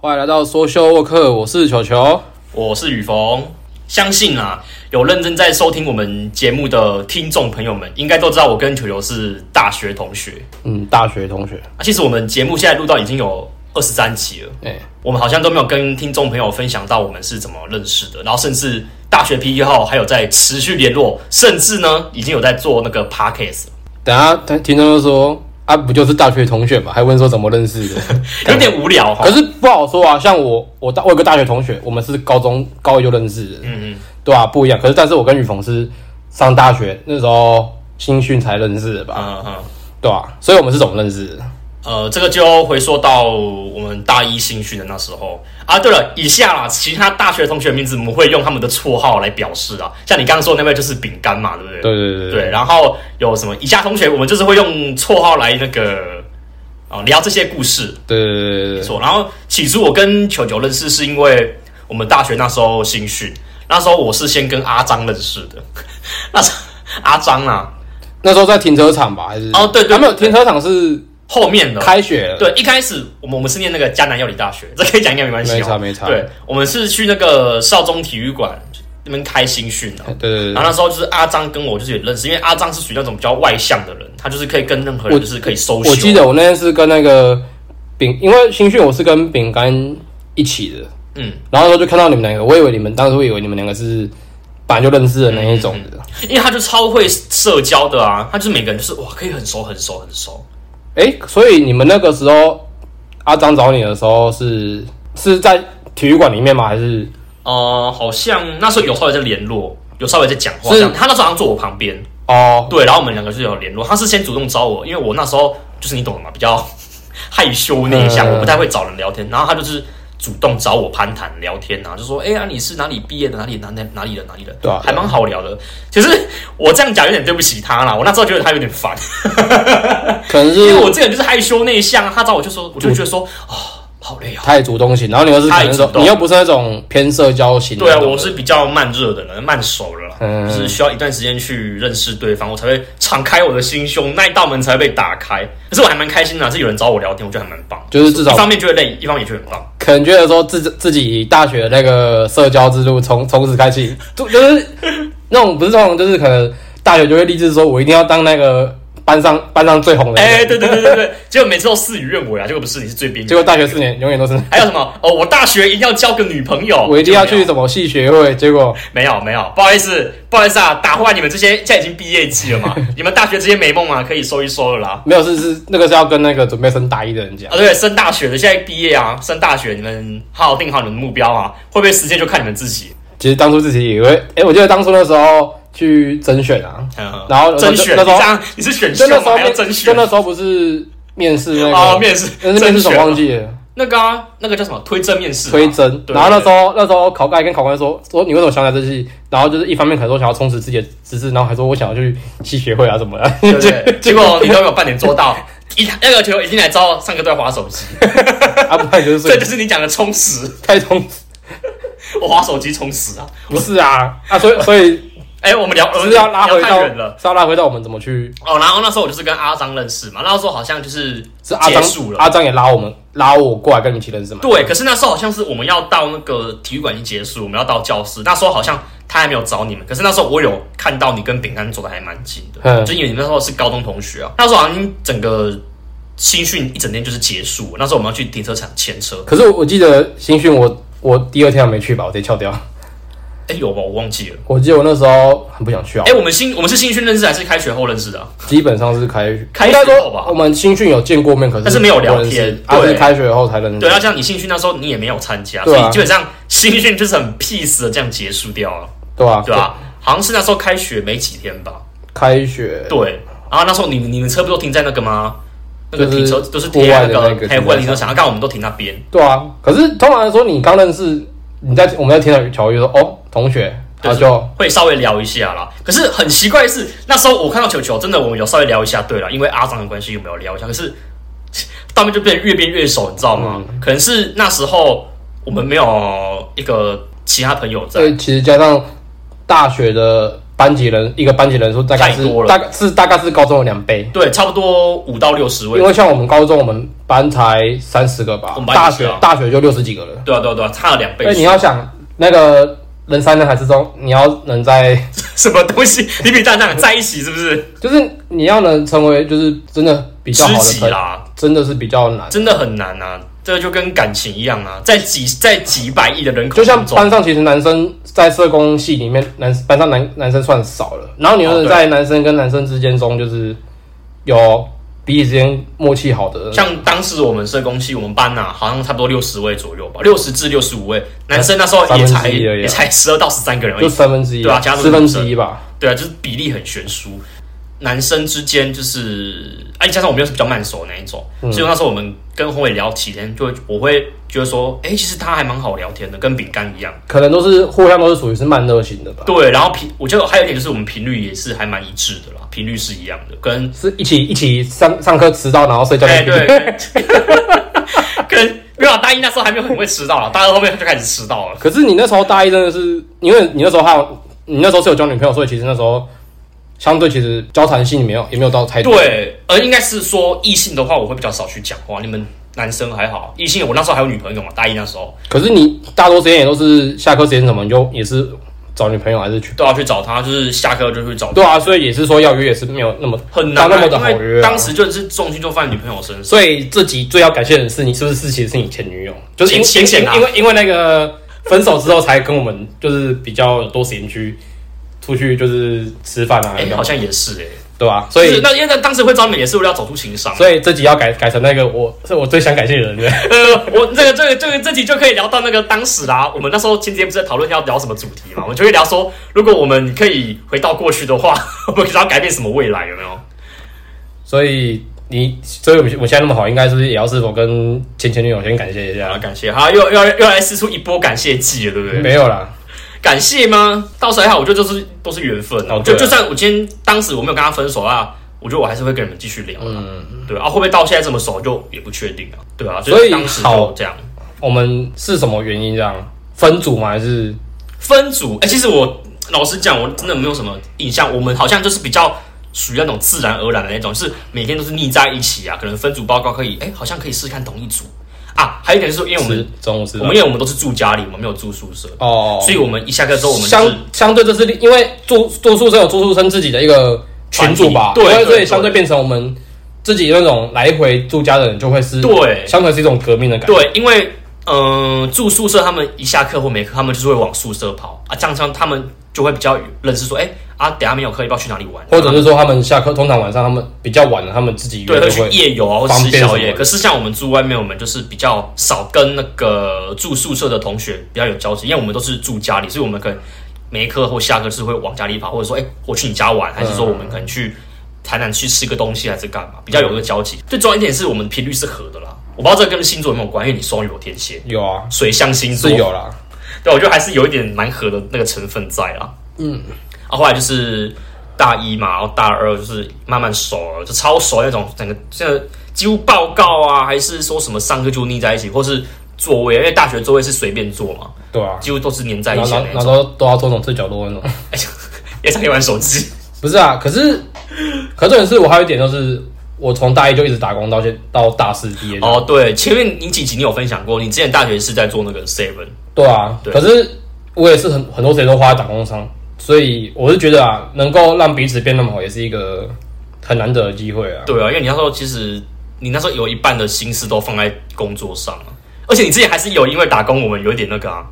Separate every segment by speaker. Speaker 1: 欢迎来到说秀沃克，我是球球。
Speaker 2: 我是雨逢。相信啊，有认真在收听我们节目的听众朋友们，应该都知道我跟球球是大学同学。
Speaker 1: 嗯，大学同学，
Speaker 2: 啊，其实我们节目现在录到已经有二十三集了，
Speaker 1: 哎、
Speaker 2: 我们好像都没有跟听众朋友分享到我们是怎么认识的，然后甚至大学 P E 号还有在持续联络，甚至呢已经有在做那个 podcast，了
Speaker 1: 等一下他听众就说啊，不就是大学同学嘛，还问说怎么认 识的？
Speaker 2: 有点无聊哈
Speaker 1: 可。是不好说啊，像我，我大我有个大学同学，我们是高中高一就认识的，
Speaker 2: 嗯嗯，
Speaker 1: 对啊，不一样。可是但是我跟雨逢是上大学那时候新训才认识的吧，
Speaker 2: 嗯嗯，
Speaker 1: 对啊，所以我们是怎么认识的？
Speaker 2: 呃，这个就回溯到我们大一新训的那时候啊。对了，以下啦，其他大学同学名字我们会用他们的绰号来表示啊，像你刚刚说的那位就是饼干嘛，对不对？
Speaker 1: 对对对
Speaker 2: 对，然后有什么以下同学，我们就是会用绰号来那个哦聊这些故事，
Speaker 1: 对对对
Speaker 2: 没
Speaker 1: 对
Speaker 2: 错。然后起初我跟球球认识是因为我们大学那时候新训，那时候我是先跟阿张认识的， 那时候阿张啊，
Speaker 1: 那时候在停车场吧，还是
Speaker 2: 哦对对对
Speaker 1: 啊没有停车场是
Speaker 2: 后面的
Speaker 1: 开学了，
Speaker 2: 对，一开始我们我们是念那个江南药理大学，这可以讲应该没关系、哦，
Speaker 1: 没差没差
Speaker 2: 对，我们是去那个少中体育馆那边开新训的、
Speaker 1: 对对对
Speaker 2: 然
Speaker 1: 对，
Speaker 2: 后那时候就是阿张跟我就是也认识，因为阿张是属于那种比较外向的人，他就是可以跟任何人
Speaker 1: 我
Speaker 2: 就是可以啊收
Speaker 1: 我记得我那天是跟那个饼，因为新训我是跟饼干一起的，
Speaker 2: 嗯，
Speaker 1: 然后那时候就看到你们两个，我以为你们当时我以为你们两个是本来就认识的那一种的，
Speaker 2: 因为他就超会社交的啊，他就是每个人就是哇可以很熟很熟很熟，嗯
Speaker 1: 哎、所以你们那个时候阿张找你的时候是是在体育馆里面吗？还是
Speaker 2: 呃，好像那时候有稍微在联络，有稍微在讲话这样，他那时候好像坐我旁边，
Speaker 1: 哦？
Speaker 2: 对，然后我们两个就有联络。他是先主动找我，因为我那时候就是你懂的嘛，比较 害羞内向，
Speaker 1: 嗯
Speaker 2: 我不太会找人聊天。然后他就是主动找我攀谈聊天啊，就说：“哎、呀、你是哪里毕业的？哪里哪哪哪里的？哪里的？”
Speaker 1: 对啊
Speaker 2: 还蛮好聊的。其实我这样讲有点对不起他啦，我那时候觉得他有点烦，
Speaker 1: 可能
Speaker 2: 因为
Speaker 1: 是
Speaker 2: 我这个人就是害羞内向啊。他找我就说，我就
Speaker 1: 嗯
Speaker 2: 觉得说啊、好累啊。
Speaker 1: 太主动型，然后你又是可能那种
Speaker 2: 太主动
Speaker 1: 你又不是那种偏社交型的
Speaker 2: 对
Speaker 1: 那
Speaker 2: 啊，
Speaker 1: 种人，
Speaker 2: 我是比较慢热的人，慢熟了啦，
Speaker 1: 嗯
Speaker 2: 就是需要一段时间去认识对方，我才会敞开我的心胸，那一道门才会被打开。可是我还蛮开心的啊，是有人找我聊天，我觉得还蛮棒。
Speaker 1: 就是至
Speaker 2: 一
Speaker 1: 少
Speaker 2: 方面觉得累，一方面也觉得很 棒。
Speaker 1: 可能觉得说自自己大学那个社交之路从从此开启， 就就是那种不是那种，就是可能大学就会立志说，我一定要当那个班上班上最红的人。
Speaker 2: 哎、对对对对对，结果每次都事与愿违啊，结果不是，你是最边
Speaker 1: 结
Speaker 2: 缘。
Speaker 1: 果大学四年永远都是
Speaker 2: 还有什么？哦，我大学一定要交个女朋友，
Speaker 1: 我一定要
Speaker 2: 结
Speaker 1: 去
Speaker 2: 果
Speaker 1: 什么系学会，结果
Speaker 2: 没有。没有没有，不好意思，不好意思啊，打坏你们这些现在已经毕业季了嘛，你们大学这些美梦啊，可以收一收了啦。
Speaker 1: 没有是是那个是要跟那个准备升大一的人讲，
Speaker 2: 啊，对，升大学的现在毕业啊，升大学，你们好好定好你们的目标啊，会不会实现就看你们自己。
Speaker 1: 其实当初自己以为，哎、我记得当初那时候去甄选啊，
Speaker 2: 嗯
Speaker 1: 然后
Speaker 2: 甄选，
Speaker 1: 那
Speaker 2: 你
Speaker 1: 时
Speaker 2: 这
Speaker 1: 候
Speaker 2: 样你是选秀
Speaker 1: 就那时
Speaker 2: 吗？
Speaker 1: 候
Speaker 2: 还要
Speaker 1: 面
Speaker 2: 甄
Speaker 1: 就
Speaker 2: 选？
Speaker 1: 那时候不是面试那个，
Speaker 2: 哦，面试，
Speaker 1: 那是面试什么
Speaker 2: 甄选啊
Speaker 1: 忘记了。
Speaker 2: 那个啊，那个叫什么？推甄面试嘛，啊
Speaker 1: 推甄，
Speaker 2: 对
Speaker 1: 然后那时候那时候考官还跟考官说说你为什么想来这系，然后就是一方面可能说想要充实自己的知识，然后还说我想要去系学会啊什么的，
Speaker 2: 对不对？结果你都没有半点做到，一那个球一进来之后，上课都在划手机，
Speaker 1: 啊不然就是
Speaker 2: 这
Speaker 1: 睡
Speaker 2: 就是你讲的充实。
Speaker 1: 太充实，
Speaker 2: 我划手机充实啊！
Speaker 1: 不是啊啊所以所以
Speaker 2: 哎、我们聊，我
Speaker 1: 是
Speaker 2: 们
Speaker 1: 要拉回
Speaker 2: 聊
Speaker 1: 到
Speaker 2: 哦太远了。
Speaker 1: 是要拉回到我们怎么去
Speaker 2: 哦，然后那时候我就是跟阿张认识嘛，那时候好像就是
Speaker 1: 是阿
Speaker 2: 结
Speaker 1: 张
Speaker 2: 束了。
Speaker 1: 阿张也拉我们拉我过来跟你一起认识嘛，
Speaker 2: 对，可是那时候好像是我们要到那个体育馆已经结束，我们要到教室。那时候好像他还没有找你们，可是那时候我有看到你跟饼干走的还蛮近的，
Speaker 1: 嗯
Speaker 2: 就因为你那时候是高中同学啊。那时候好像整个新训一整天就是结束，那时候我们要去停车场牵车。
Speaker 1: 可是我记得新训我我第二天还没去吧，我直接翘掉，
Speaker 2: 哎、有吧？我忘记了。
Speaker 1: 我记得我那时候很不想去啊
Speaker 2: 哎、，我们新我们是新训认识还是开学后认识的啊、
Speaker 1: 基本上是开
Speaker 2: 开
Speaker 1: 应该
Speaker 2: 学
Speaker 1: 说
Speaker 2: 后吧
Speaker 1: 我们新训有见过面，可是
Speaker 2: 但是没有聊
Speaker 1: 不认识
Speaker 2: 天
Speaker 1: 啊是
Speaker 2: 对
Speaker 1: 开学后才认识，
Speaker 2: 对，那像你新训那时候你也没有参加，
Speaker 1: 对
Speaker 2: 所
Speaker 1: 啊
Speaker 2: 以基本上新训就是很 peace 的这样结束掉了，
Speaker 1: 对吧？
Speaker 2: 对吧、啊好像是那时候开学没几天吧，
Speaker 1: 开学
Speaker 2: 对。然后那时候你你们车不都停在那个吗？那个
Speaker 1: 就是
Speaker 2: 停车都是
Speaker 1: 户
Speaker 2: 停在
Speaker 1: 外的那个
Speaker 2: 个
Speaker 1: 停车
Speaker 2: 开户外停
Speaker 1: 场
Speaker 2: 车场，刚好我们都停那边。
Speaker 1: 对啊，可是通常来说，你刚认识，你在我们在天台巧遇说哦，同学，
Speaker 2: 对
Speaker 1: 他就
Speaker 2: 会稍微聊一下啦，可是很奇怪的是，那时候我看到球球，真的我们有稍微聊一下，对了，因为阿张的关系有没有聊一下？可是到面就变得越变越熟，你知道吗？
Speaker 1: 嗯
Speaker 2: 可能是那时候我们没有一个其他朋友在，
Speaker 1: 对，其实加上大学的班级人一个班级人数大概
Speaker 2: 太
Speaker 1: 是
Speaker 2: 多了
Speaker 1: 大概是大概是高中的两倍，
Speaker 2: 对，差不多五到六十位
Speaker 1: 因。为像我们高中我们班才三十个吧
Speaker 2: 我，们班
Speaker 1: 大
Speaker 2: 也是
Speaker 1: 学
Speaker 2: 啊
Speaker 1: 大学就六十几个了。
Speaker 2: 对啊，对啊，对啊，差了两倍
Speaker 1: 所以。你要想那个人山人海之中，你要能在
Speaker 2: 什么东西？你比大家在一起是不是？
Speaker 1: 就是你要能成为就是真的比较
Speaker 2: 知
Speaker 1: 好的
Speaker 2: 己
Speaker 1: 朋友，
Speaker 2: 啦，
Speaker 1: 真的是比较难。
Speaker 2: 真的很难啊。这就跟感情一样啊，在几在几百亿的人口
Speaker 1: 就像
Speaker 2: 当中
Speaker 1: 班上，其实男生在社工系里面，男班上男男生算少了，然后你又
Speaker 2: 哦
Speaker 1: 能
Speaker 2: 对
Speaker 1: 在男生跟男生之间中，就是有彼此之间默契好的，
Speaker 2: 像当时我们社工系，我们班呐、啊好像差不多六十位左右吧，六十至六十五位，男生那时候也
Speaker 1: 三分之
Speaker 2: 才
Speaker 1: 一而已啊
Speaker 2: 也才十二到十三个人而
Speaker 1: 就
Speaker 2: 已，
Speaker 1: 三分之一，
Speaker 2: 对啊加入
Speaker 1: 四分
Speaker 2: 女
Speaker 1: 之
Speaker 2: 生
Speaker 1: 一吧。
Speaker 2: 对啊，就是比例很悬殊。男生之间就是，哎、加上我们又是比较慢熟的那一种，
Speaker 1: 嗯
Speaker 2: 所以那时候我们跟宏伟聊几天，就会我会觉得说，哎、其实他还蛮好聊天的，跟饼干一样。
Speaker 1: 可能都是互相都是属于是慢热型的吧，
Speaker 2: 对，然后频，我觉得还有一点就是我们频率也是还蛮一致的啦，频率是一样的，跟
Speaker 1: 是一起一起上上课迟到然后睡觉的
Speaker 2: 哎、
Speaker 1: 频率，
Speaker 2: 对， 跟跟没有啊大一那时候还没有很会迟到了，大二后面就开始迟到了。
Speaker 1: 可是你那时候大一真的是，因为你那时候还有，你那时候是有交女朋友，所以其实那时候相对其实交谈性没有也没有到太多。，
Speaker 2: 对，呃，应该是说异性的话，我会比较少去讲话。你们男生还好，异性我那时候还有女朋友嘛，大一那时候
Speaker 1: 可是你大多时间也都是下课时间什么，你就也是找女朋友还是去？
Speaker 2: 都要啊去找她，就是下课就去找她，
Speaker 1: 对啊，所以也是说要约也是没有那么
Speaker 2: 很难、
Speaker 1: 那
Speaker 2: 啊，
Speaker 1: 么的好
Speaker 2: 因
Speaker 1: 约、
Speaker 2: 为当，时就是重心就放在女朋友身上。
Speaker 1: 所以这集最要感谢的是你，是不是？是其实是你前女友，就是因
Speaker 2: 前前
Speaker 1: 因
Speaker 2: 前啊
Speaker 1: 因为因为那个分手之后才跟我们就是比较多时间去出去就是吃饭啊，
Speaker 2: 哎、好像也是哎、
Speaker 1: 对吧、所
Speaker 2: 就是
Speaker 1: 以。
Speaker 2: 那因为那当时会找你们也是为了要走出情伤。
Speaker 1: 所以这集要改改成那个我是我最想感谢的人，对不对
Speaker 2: 呃，我这个这个这个这集就可以聊到那个当时啦。我们那时候今天不是在讨论要聊什么主题嘛？我们就会聊说，如果我们可以回到过去的话， 我们想要改变什么未来，有没有？
Speaker 1: 所以你，所以我们我现在那么好，应该是不是也要是否跟前前女友先感谢一
Speaker 2: 好，
Speaker 1: 下？
Speaker 2: 感谢，好，又又又来试出一波感谢季了，对不对？
Speaker 1: 没有啦，
Speaker 2: 感谢吗？到时候还好，我觉得就是都是缘分、
Speaker 1: 哦
Speaker 2: 就
Speaker 1: 对啊
Speaker 2: 就算我今天当时我没有跟他分手啊，我觉得我还是会跟你们继续聊
Speaker 1: 嗯
Speaker 2: 的、对啊，会不会到现在这么熟就也不确定啊，对啊，就
Speaker 1: 所
Speaker 2: 是
Speaker 1: 以
Speaker 2: 当时
Speaker 1: 好
Speaker 2: 就这样
Speaker 1: 我们是什么原因这样分组吗？还是
Speaker 2: 分组。哎、其实我老实讲，我真的没有什么印象，我们好像就是比较。属于那种自然而然的那种，就是每天都是腻在一起啊。可能分组报告可以，哎、好像可以试试看同一组啊。还有一点就是，因为我
Speaker 1: 吃
Speaker 2: 们
Speaker 1: 中午吃
Speaker 2: 我
Speaker 1: 饭
Speaker 2: 们因为我们都是住家里，我们没有住宿舍，
Speaker 1: 哦，
Speaker 2: 所以我们一下课之后，我们就是
Speaker 1: 相相对这是因为住住宿生有住宿生自己的一个群组吧，
Speaker 2: 团体对
Speaker 1: 所以
Speaker 2: 对
Speaker 1: 所以
Speaker 2: 对
Speaker 1: 相对变成我们自己那种来回住家的人就会是，
Speaker 2: 对
Speaker 1: 相对是一种革命的感觉。
Speaker 2: 对，因为嗯、呃住宿舍他们一下课或没课，他们就是会往宿舍跑啊，这样这样他们就会比较认识说，哎、啊，等下没有课，要不要去哪里玩？
Speaker 1: 或者是说，他们下课通常晚上他们比较晚了，他们自己
Speaker 2: 对，
Speaker 1: 约
Speaker 2: 会
Speaker 1: 就
Speaker 2: 去
Speaker 1: 会
Speaker 2: 夜游啊，或
Speaker 1: 方
Speaker 2: 吃
Speaker 1: 便
Speaker 2: 宵
Speaker 1: 什么
Speaker 2: 夜。
Speaker 1: 的
Speaker 2: 可是像我们住外面，我们就是比较少跟那个住宿舍的同学比较有交集，因为我们都是住家里，所以我们可能没课或下课是会往家里跑，或者说，哎、我去你家玩，还是说我们可能去台南去吃个东西，还是干嘛，比较有一个交集。最重要一点是我们频率是合的啦。我不知道这跟星座有没有关，因为你双鱼，我天蝎，
Speaker 1: 有啊，
Speaker 2: 水象星座
Speaker 1: 是有啦，
Speaker 2: 对，我觉得还是有一点蛮合的那个成分在啦。嗯，啊，后来就是大一嘛，然后大二就是慢慢熟了，就超熟那种，整个现在几乎报告啊，还是说什么上课就腻在一起，或是座位，因为大学座位是随便坐嘛，
Speaker 1: 对啊，
Speaker 2: 几乎都是黏在
Speaker 1: 然后
Speaker 2: 一起
Speaker 1: 然
Speaker 2: 的
Speaker 1: 后
Speaker 2: 那
Speaker 1: 然
Speaker 2: 种，
Speaker 1: 后都都要做那种最角落那种。
Speaker 2: 也是可以玩手机。
Speaker 1: 不是啊，可是，可重点是我还有一点就是，我从大一就一直打工到现到大四毕业。
Speaker 2: 哦，对，前面你几集你有分享过，你之前大学是在做那个 seven，
Speaker 1: 对啊，
Speaker 2: 对
Speaker 1: 可是我也是很很多时间都花在打工上，所以我是觉得啊，能够让彼此变那么好，也是一个很难得的机会啊。
Speaker 2: 对啊，因为你那时候其实你那时候有一半的心思都放在工作上啊，而且你之前还是有因为打工，我们有一点那个啊，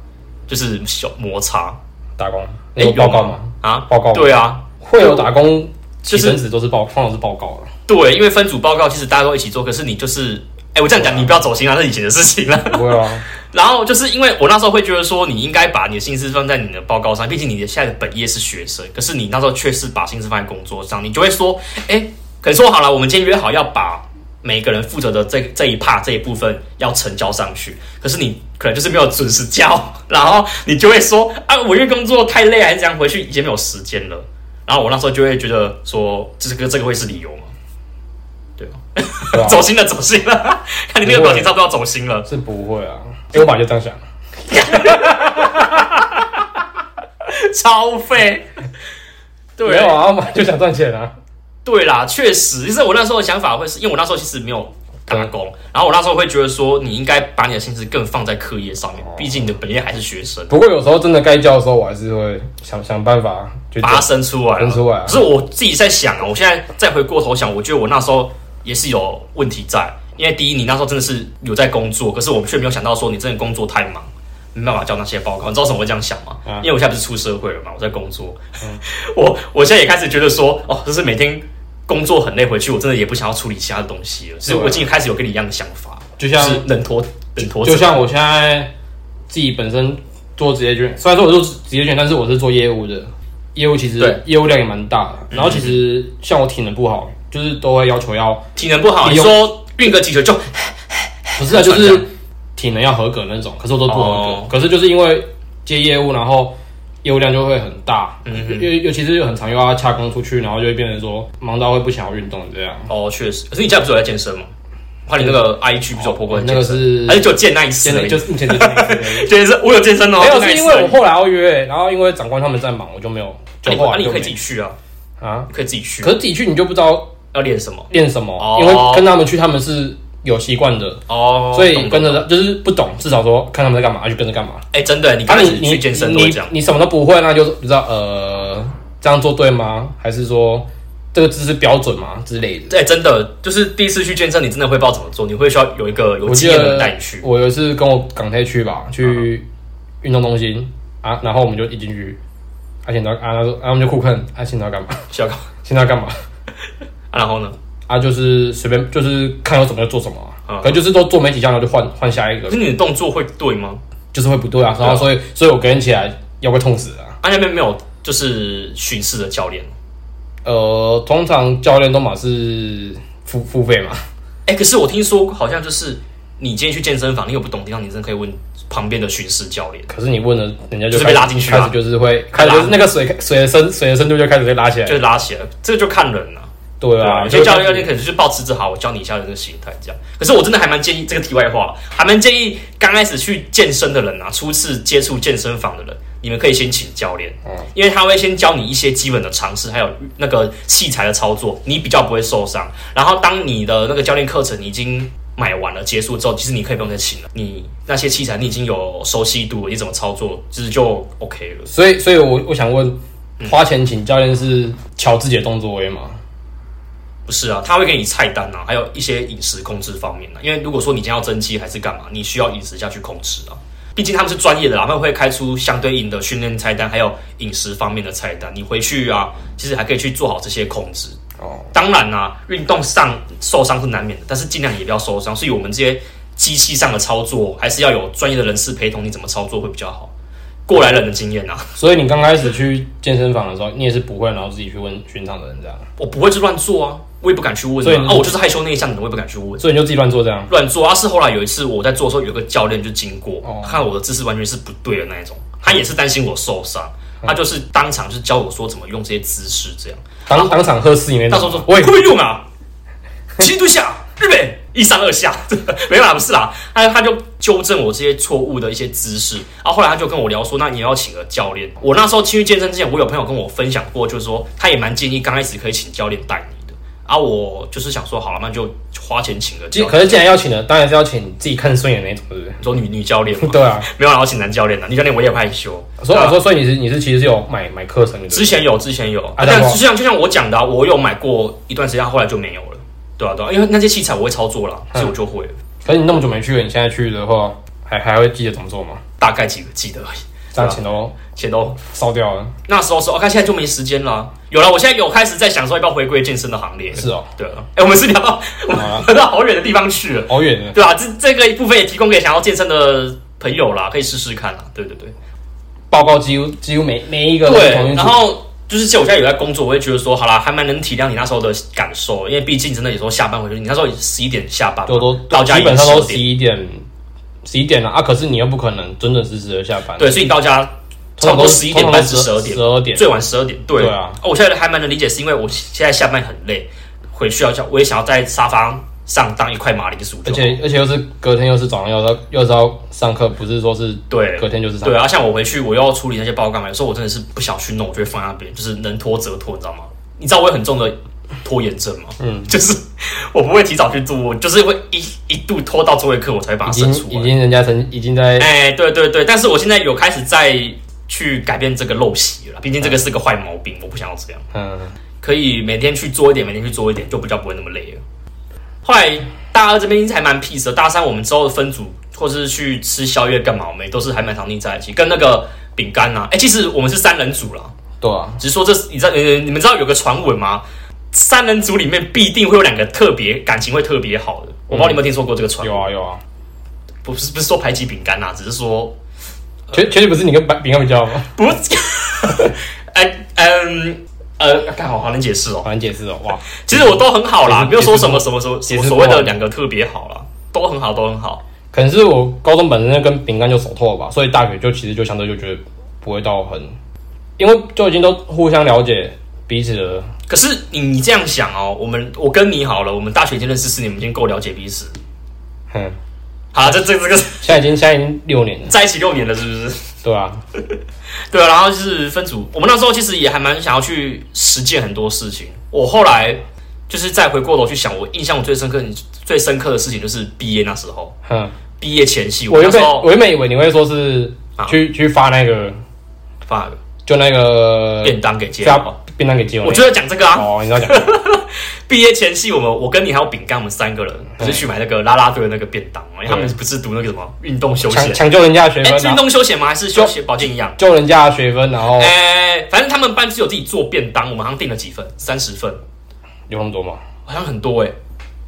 Speaker 2: 就是小摩擦。
Speaker 1: 打工，
Speaker 2: 哎
Speaker 1: 你有报告
Speaker 2: 有
Speaker 1: 吗？
Speaker 2: 啊，
Speaker 1: 报告吗
Speaker 2: 对啊，
Speaker 1: 会有打工，
Speaker 2: 就
Speaker 1: 起
Speaker 2: 是
Speaker 1: 身子都是报，通常是报告啊了。
Speaker 2: 对，因为分组报告其实大家都一起做，可是你就是，哎、我这样讲你不要走心啊，那是以前的事情了。
Speaker 1: 不会啊，
Speaker 2: 然后就是因为我那时候会觉得说，你应该把你的心思放在你的报告上，毕竟你的现在的本业是学生，可是你那时候却是把心思放在工作上，你就会说，
Speaker 1: 嗯
Speaker 2: 哎、可能说好了，我们今天约好要把每个人负责的这这一 part 这一部分要成交上去，可是你可能就是没有准时交，然后你就会说，啊，我因为工作太累，啊还是这样回去已经没有时间了。然后我那时候就会觉得说，这个这个会是理由吗？对 吧？
Speaker 1: 对啊
Speaker 2: 走心了，走心了， 看你那个表情，差不多要走心了。
Speaker 1: 是不会啊，因为我本来就这样想。
Speaker 2: 超废。
Speaker 1: 没
Speaker 2: 对
Speaker 1: 有啊，我们就想赚钱啊。
Speaker 2: 对啦，确实，其实我那时候的想法会是因为我那时候其实没有打工，然后我那时候会觉得说，你应该把你的心思更放在课业上面，毕竟你的本业还是学生，
Speaker 1: 不过有时候真的该教的时候，我还是会想想办法去教
Speaker 2: 把它生出来了。
Speaker 1: 生出来啊
Speaker 2: 可是我自己在想啊，我现在再回过头想，我觉得我那时候也是有问题在，因为第一，你那时候真的是有在工作，可是我们却没有想到说你真的工作太忙。没办法交那些报告，你知道为什么会这样想吗？
Speaker 1: 啊嗯
Speaker 2: 因为我现在不是出社会了嘛，我在工作， 我我现在也开始觉得说，哦，就是每天工作很累，回去我真的也不想要处理其他的东西了，所以
Speaker 1: 对啊
Speaker 2: 我已经开始有跟你一样的想法，
Speaker 1: 就
Speaker 2: 就
Speaker 1: 像
Speaker 2: 是能拖能拖，
Speaker 1: 就像我现在自己本身做职业圈，虽然说我做职业圈，但是我是做业务的，业务其
Speaker 2: 对
Speaker 1: 实业务量也蛮大的。然后其实像我体能不好，就是都会要求要
Speaker 2: 体能不好，
Speaker 1: 你
Speaker 2: 你
Speaker 1: 用
Speaker 2: 说运个几球就
Speaker 1: 不是啊，就
Speaker 2: 传
Speaker 1: 是体能要合格那种，可是我都不合格。
Speaker 2: 哦
Speaker 1: 可是就是因为接业务，然后业务量就会很大，
Speaker 2: 嗯
Speaker 1: 尤尤其是又很常又要掐工出去，然后就会变成说忙到会不想要运动这样。
Speaker 2: 哦，确实。可是你现在不是有在健身吗？怕你那个 IG 哦不是有破过
Speaker 1: 嗯哦那个是
Speaker 2: 还是就健那一次
Speaker 1: 现
Speaker 2: 而
Speaker 1: 在
Speaker 2: 已？
Speaker 1: 就是目前就是这样子而已
Speaker 2: 健身，我有健身哦，
Speaker 1: 没有
Speaker 2: 就那
Speaker 1: 是
Speaker 2: 一次
Speaker 1: 因为我
Speaker 2: 而已
Speaker 1: 后来要约，然后因为长官他们在忙，我就没有，就
Speaker 2: 啊
Speaker 1: 后来就
Speaker 2: 你啊你可
Speaker 1: 没
Speaker 2: 以自己去啊，
Speaker 1: 啊。
Speaker 2: 你可以自己去
Speaker 1: 可。是自己去你就不知道
Speaker 2: 要练什么？
Speaker 1: 练什么，
Speaker 2: 哦
Speaker 1: 因为跟他们去他们是有习惯的，
Speaker 2: 哦，
Speaker 1: 所以
Speaker 2: 懂
Speaker 1: 跟
Speaker 2: 懂
Speaker 1: 着就是不懂，至少说看他们在干嘛就跟着干嘛。
Speaker 2: 哎，真的，你
Speaker 1: 啊
Speaker 2: 开
Speaker 1: 你
Speaker 2: 始
Speaker 1: 你
Speaker 2: 去健身都
Speaker 1: 你
Speaker 2: 会这样。
Speaker 1: 你什么都不会，那就不知道呃这样做对吗？还是说这个姿势标准吗之类的？
Speaker 2: 对，哎真的，就是第一次去健身，你真的会不知道怎么做，你会需要有一个有
Speaker 1: 我记
Speaker 2: 经验的人
Speaker 1: 得
Speaker 2: 带你去。
Speaker 1: 我有一次跟我港台去吧，去运动中心啊，然后我们就一进去，阿信他啊，他说啊，我们就酷看阿信他干嘛？
Speaker 2: 小高，
Speaker 1: 现在要干嘛？
Speaker 2: 啊然后呢？
Speaker 1: 啊，就是随便就是看有什么就做什么啊、
Speaker 2: 嗯
Speaker 1: 可能就是都做没几项，然后就换换下一个
Speaker 2: 可，是你的动作会对吗？
Speaker 1: 就是会不对啊。然后所以所以我跟起来要被痛死啊。
Speaker 2: 啊，那边没有就是巡视的教练。
Speaker 1: 呃，通常教练都嘛是付付费嘛，
Speaker 2: 哎、可是我听说好像就是你今天去健身房，你有不懂的地方，你真的可以问旁边的巡视教练。
Speaker 1: 可是你问了，人家
Speaker 2: 就是
Speaker 1: 开
Speaker 2: 被
Speaker 1: 始
Speaker 2: 拉进去啊
Speaker 1: 开始就是会开始就是那个水水的深水的深度就开始被拉起来
Speaker 2: 就，是拉起来，这个就看人了、
Speaker 1: 对啊，
Speaker 2: 有些教练
Speaker 1: 就
Speaker 2: 教练可能就是抱持着好，我教你一下的这个心态这样。可是我真的还蛮建议这个题外话，还蛮建议刚开始去健身的人啊，初次接触健身房的人，你们可以先请教练，
Speaker 1: 哦
Speaker 2: 因为他会先教你一些基本的常识，还有那个器材的操作，你比较不会受伤。然后当你的那个教练课程已经买完了结束之后，其实你可以不用再请了，你那些器材你已经有熟悉度了，你怎么操作其实就 OK 了。
Speaker 1: 所以所以我我想问，
Speaker 2: 嗯
Speaker 1: 花钱请教练是瞧自己的动作而已嘛？
Speaker 2: 不是啊，他会给你菜单啊，还有一些饮食控制方面啊。因为如果说你今天要增肌还是干嘛，你需要饮食下去控制啊。毕竟他们是专业的啦，他们会开出相对应的训练菜单，还有饮食方面的菜单。你回去啊，其实还可以去做好这些控制。
Speaker 1: 哦，
Speaker 2: 当然啦、运动上受伤是难免的，但是尽量也不要受伤。所以我们这些机器上的操作，还是要有专业的人士陪同，你怎么操作会比较好。过来人的经验啊，
Speaker 1: 所以你刚开始去健身房的时候，你也是不会，然后自己去问寻常的人这样，
Speaker 2: 我不会去乱做啊，我也不敢去问
Speaker 1: 所以
Speaker 2: 啊，
Speaker 1: 你
Speaker 2: 啊我就是害羞内向的人，我也不敢去问。啊
Speaker 1: 所以你就自己乱做这样。
Speaker 2: 乱做啊！是后来有一次我在做的时候，有个教练就经过，
Speaker 1: 哦
Speaker 2: 看到我的姿势完全是不对的那一种，他也是担心我受伤，
Speaker 1: 哦
Speaker 2: 他就是当场就教我说怎么用这些姿势，这样。
Speaker 1: 当当场喝四饮料，
Speaker 2: 到时候说
Speaker 1: 喂
Speaker 2: 会，不会用啊？七度下，日本一上二下， 没有啦，不是啦，他他就纠正我这些错误的一些姿势。然后后来他就跟我聊说，那你要请个教练。我那时候去健身之前，我有朋友跟我分享过，就是说他也蛮建议刚开始可以请教练带你的。啊，我就是想说，好了，那就花钱请个
Speaker 1: 既
Speaker 2: 教练。
Speaker 1: 可是既然要请的，当然是要请自己看顺眼那种，对不
Speaker 2: 你说女女教练嘛
Speaker 1: 对？， 对啊。
Speaker 2: 没有啦，我请男教练的，女教练我也害羞。
Speaker 1: 所以
Speaker 2: 对
Speaker 1: 我
Speaker 2: 啊
Speaker 1: 说，所以你是你是其实是有买买课程的，对不对
Speaker 2: 之前有，之前有，啊、
Speaker 1: 然
Speaker 2: 但
Speaker 1: 后
Speaker 2: 就像就像我讲的、啊，我有买过一段时间，后来就没有了。对啊，对啊，因为那些器材我会操作啦，
Speaker 1: 嗯
Speaker 2: 所以我就会了
Speaker 1: 可是你那么久没去了，你现在去的话，还还会记得怎么做吗？
Speaker 2: 大概几个记得而已，
Speaker 1: 这样钱都
Speaker 2: 钱都
Speaker 1: 烧掉了。
Speaker 2: 那时候是，我、看现在就没时间啦。有了，我现在有开始在想说要不要回归健身的行列。
Speaker 1: 是哦，
Speaker 2: 对啊，哎、我们是聊到我
Speaker 1: 啊
Speaker 2: 们 聊到好远的地方去了，
Speaker 1: 好远的。
Speaker 2: 对啊，这这个部分也提供给想要健身的朋友啦，可以试试看啦。对对对。
Speaker 1: 报告几乎几乎每每一个都是同
Speaker 2: 对，
Speaker 1: 一
Speaker 2: 然
Speaker 1: 组，
Speaker 2: 后就是像我现在有在工作，我会觉得说，好啦，还蛮能体谅你那时候的感受，因为毕竟真的有时候下班回去，你那时候十一点下班嘛，
Speaker 1: 都都
Speaker 2: 到家
Speaker 1: 基本上都
Speaker 2: 已
Speaker 1: 十
Speaker 2: 经10点
Speaker 1: 一点十一点了啊！可是你又不可能准准时时的下班，
Speaker 2: 对，所以你到家差不多十一点半至十二点
Speaker 1: 十，二点。
Speaker 2: 最晚十二点，对哦
Speaker 1: 对啊
Speaker 2: 我现在还蛮能理解，是因为我现在下班很累，回去要叫我也想要在沙发上当一块马铃薯就
Speaker 1: 而
Speaker 2: 好。
Speaker 1: 且而且又是隔天又是早上又要又是要上课，不是说是
Speaker 2: 对
Speaker 1: 隔天就是上
Speaker 2: 对
Speaker 1: 课。
Speaker 2: 啊，像我回去我又要处理那些报告嘛，有时候我真的是不想去弄，我就会放在那边，就是能拖则拖，你知道吗？你知道我有很重的拖延症吗？嗯， 就是我不会提早去做，我就是会一一度拖到最后一刻我才会把它
Speaker 1: 已
Speaker 2: 生
Speaker 1: 经
Speaker 2: 出
Speaker 1: 已
Speaker 2: 来。
Speaker 1: 经人家曾已经在
Speaker 2: 哎、对对对，但是我现在有开始在去改变这个陋习了，毕竟这个是个坏毛病，我不想要这样。
Speaker 1: 嗯
Speaker 2: 可以每天去做一点，每天去做一点，就比较不会那么累了。后来大二这边还蛮 peace 的，大三我们之后的分组或是去吃宵夜干嘛，我们也都是还蛮常腻在一起，跟那个饼干呐，哎、其实我们是三人组啦，
Speaker 1: 对啊，
Speaker 2: 只是说这是你知道，呃，你们知道有个传闻吗？三人组里面必定会有两个特别感情会特别好的，我不知道你有没有听说过这个传
Speaker 1: 有
Speaker 2: 闻、
Speaker 1: 啊有啊，
Speaker 2: 不是不是说排挤饼干呐，只是说
Speaker 1: 确确实不是你跟饼饼干比较好吗？
Speaker 2: 不是，哎嗯呃，干好好难解释哦。
Speaker 1: 好难解释哦，哇，
Speaker 2: 其实我都很好啦，
Speaker 1: 解释
Speaker 2: 没有说什么什么什么什
Speaker 1: 解
Speaker 2: 么
Speaker 1: 释不
Speaker 2: 所谓的
Speaker 1: 好
Speaker 2: 两个特别好啦，都很好，都很好。
Speaker 1: 可能是我高中本身跟饼干就熟透了吧，所以大学就其实就相对就觉得不会到很，因为就已经都互相了解彼此了。
Speaker 2: 可是你你这样想哦，我们我跟你好了，我们大学已经认识四年，我们已经够了解彼此。
Speaker 1: 哼，
Speaker 2: 好啦，这这这个
Speaker 1: 现在已经现在已经六年了，
Speaker 2: 在一起六年了，是不是？
Speaker 1: 对啊，
Speaker 2: 对啊，然后就是分组，我们那时候其实也还蛮想要去实践很多事情。我后来就是再回过头去想，我印象最深刻、最深刻的事情就是毕业那时候，
Speaker 1: 哼，
Speaker 2: 毕业前夕，我
Speaker 1: 我
Speaker 2: 那
Speaker 1: 原
Speaker 2: 时
Speaker 1: 本
Speaker 2: 候
Speaker 1: 我原本以为你会说是
Speaker 2: 啊
Speaker 1: 去去发那个
Speaker 2: 发
Speaker 1: 就那个
Speaker 2: 便当给街
Speaker 1: 发
Speaker 2: 友，
Speaker 1: 便当给基友
Speaker 2: 我就在讲这个啊。
Speaker 1: 哦，你知道讲
Speaker 2: 毕业前夕，我们我跟你还有饼干，我们三个人不是去买那个啦啦队的那个便当嘛？因为他们不是读那个什么运动休
Speaker 1: 抢
Speaker 2: 闲？
Speaker 1: 抢救人家的学
Speaker 2: 哎，
Speaker 1: 分
Speaker 2: 是运
Speaker 1: 啊，
Speaker 2: 动休闲吗？还是休闲保健营养？
Speaker 1: 救人家的学分，然后
Speaker 2: 哎，反正他们班是有自己做便当，我们好像订了几份，三十份，
Speaker 1: 有那么多吗？
Speaker 2: 好像很多哎、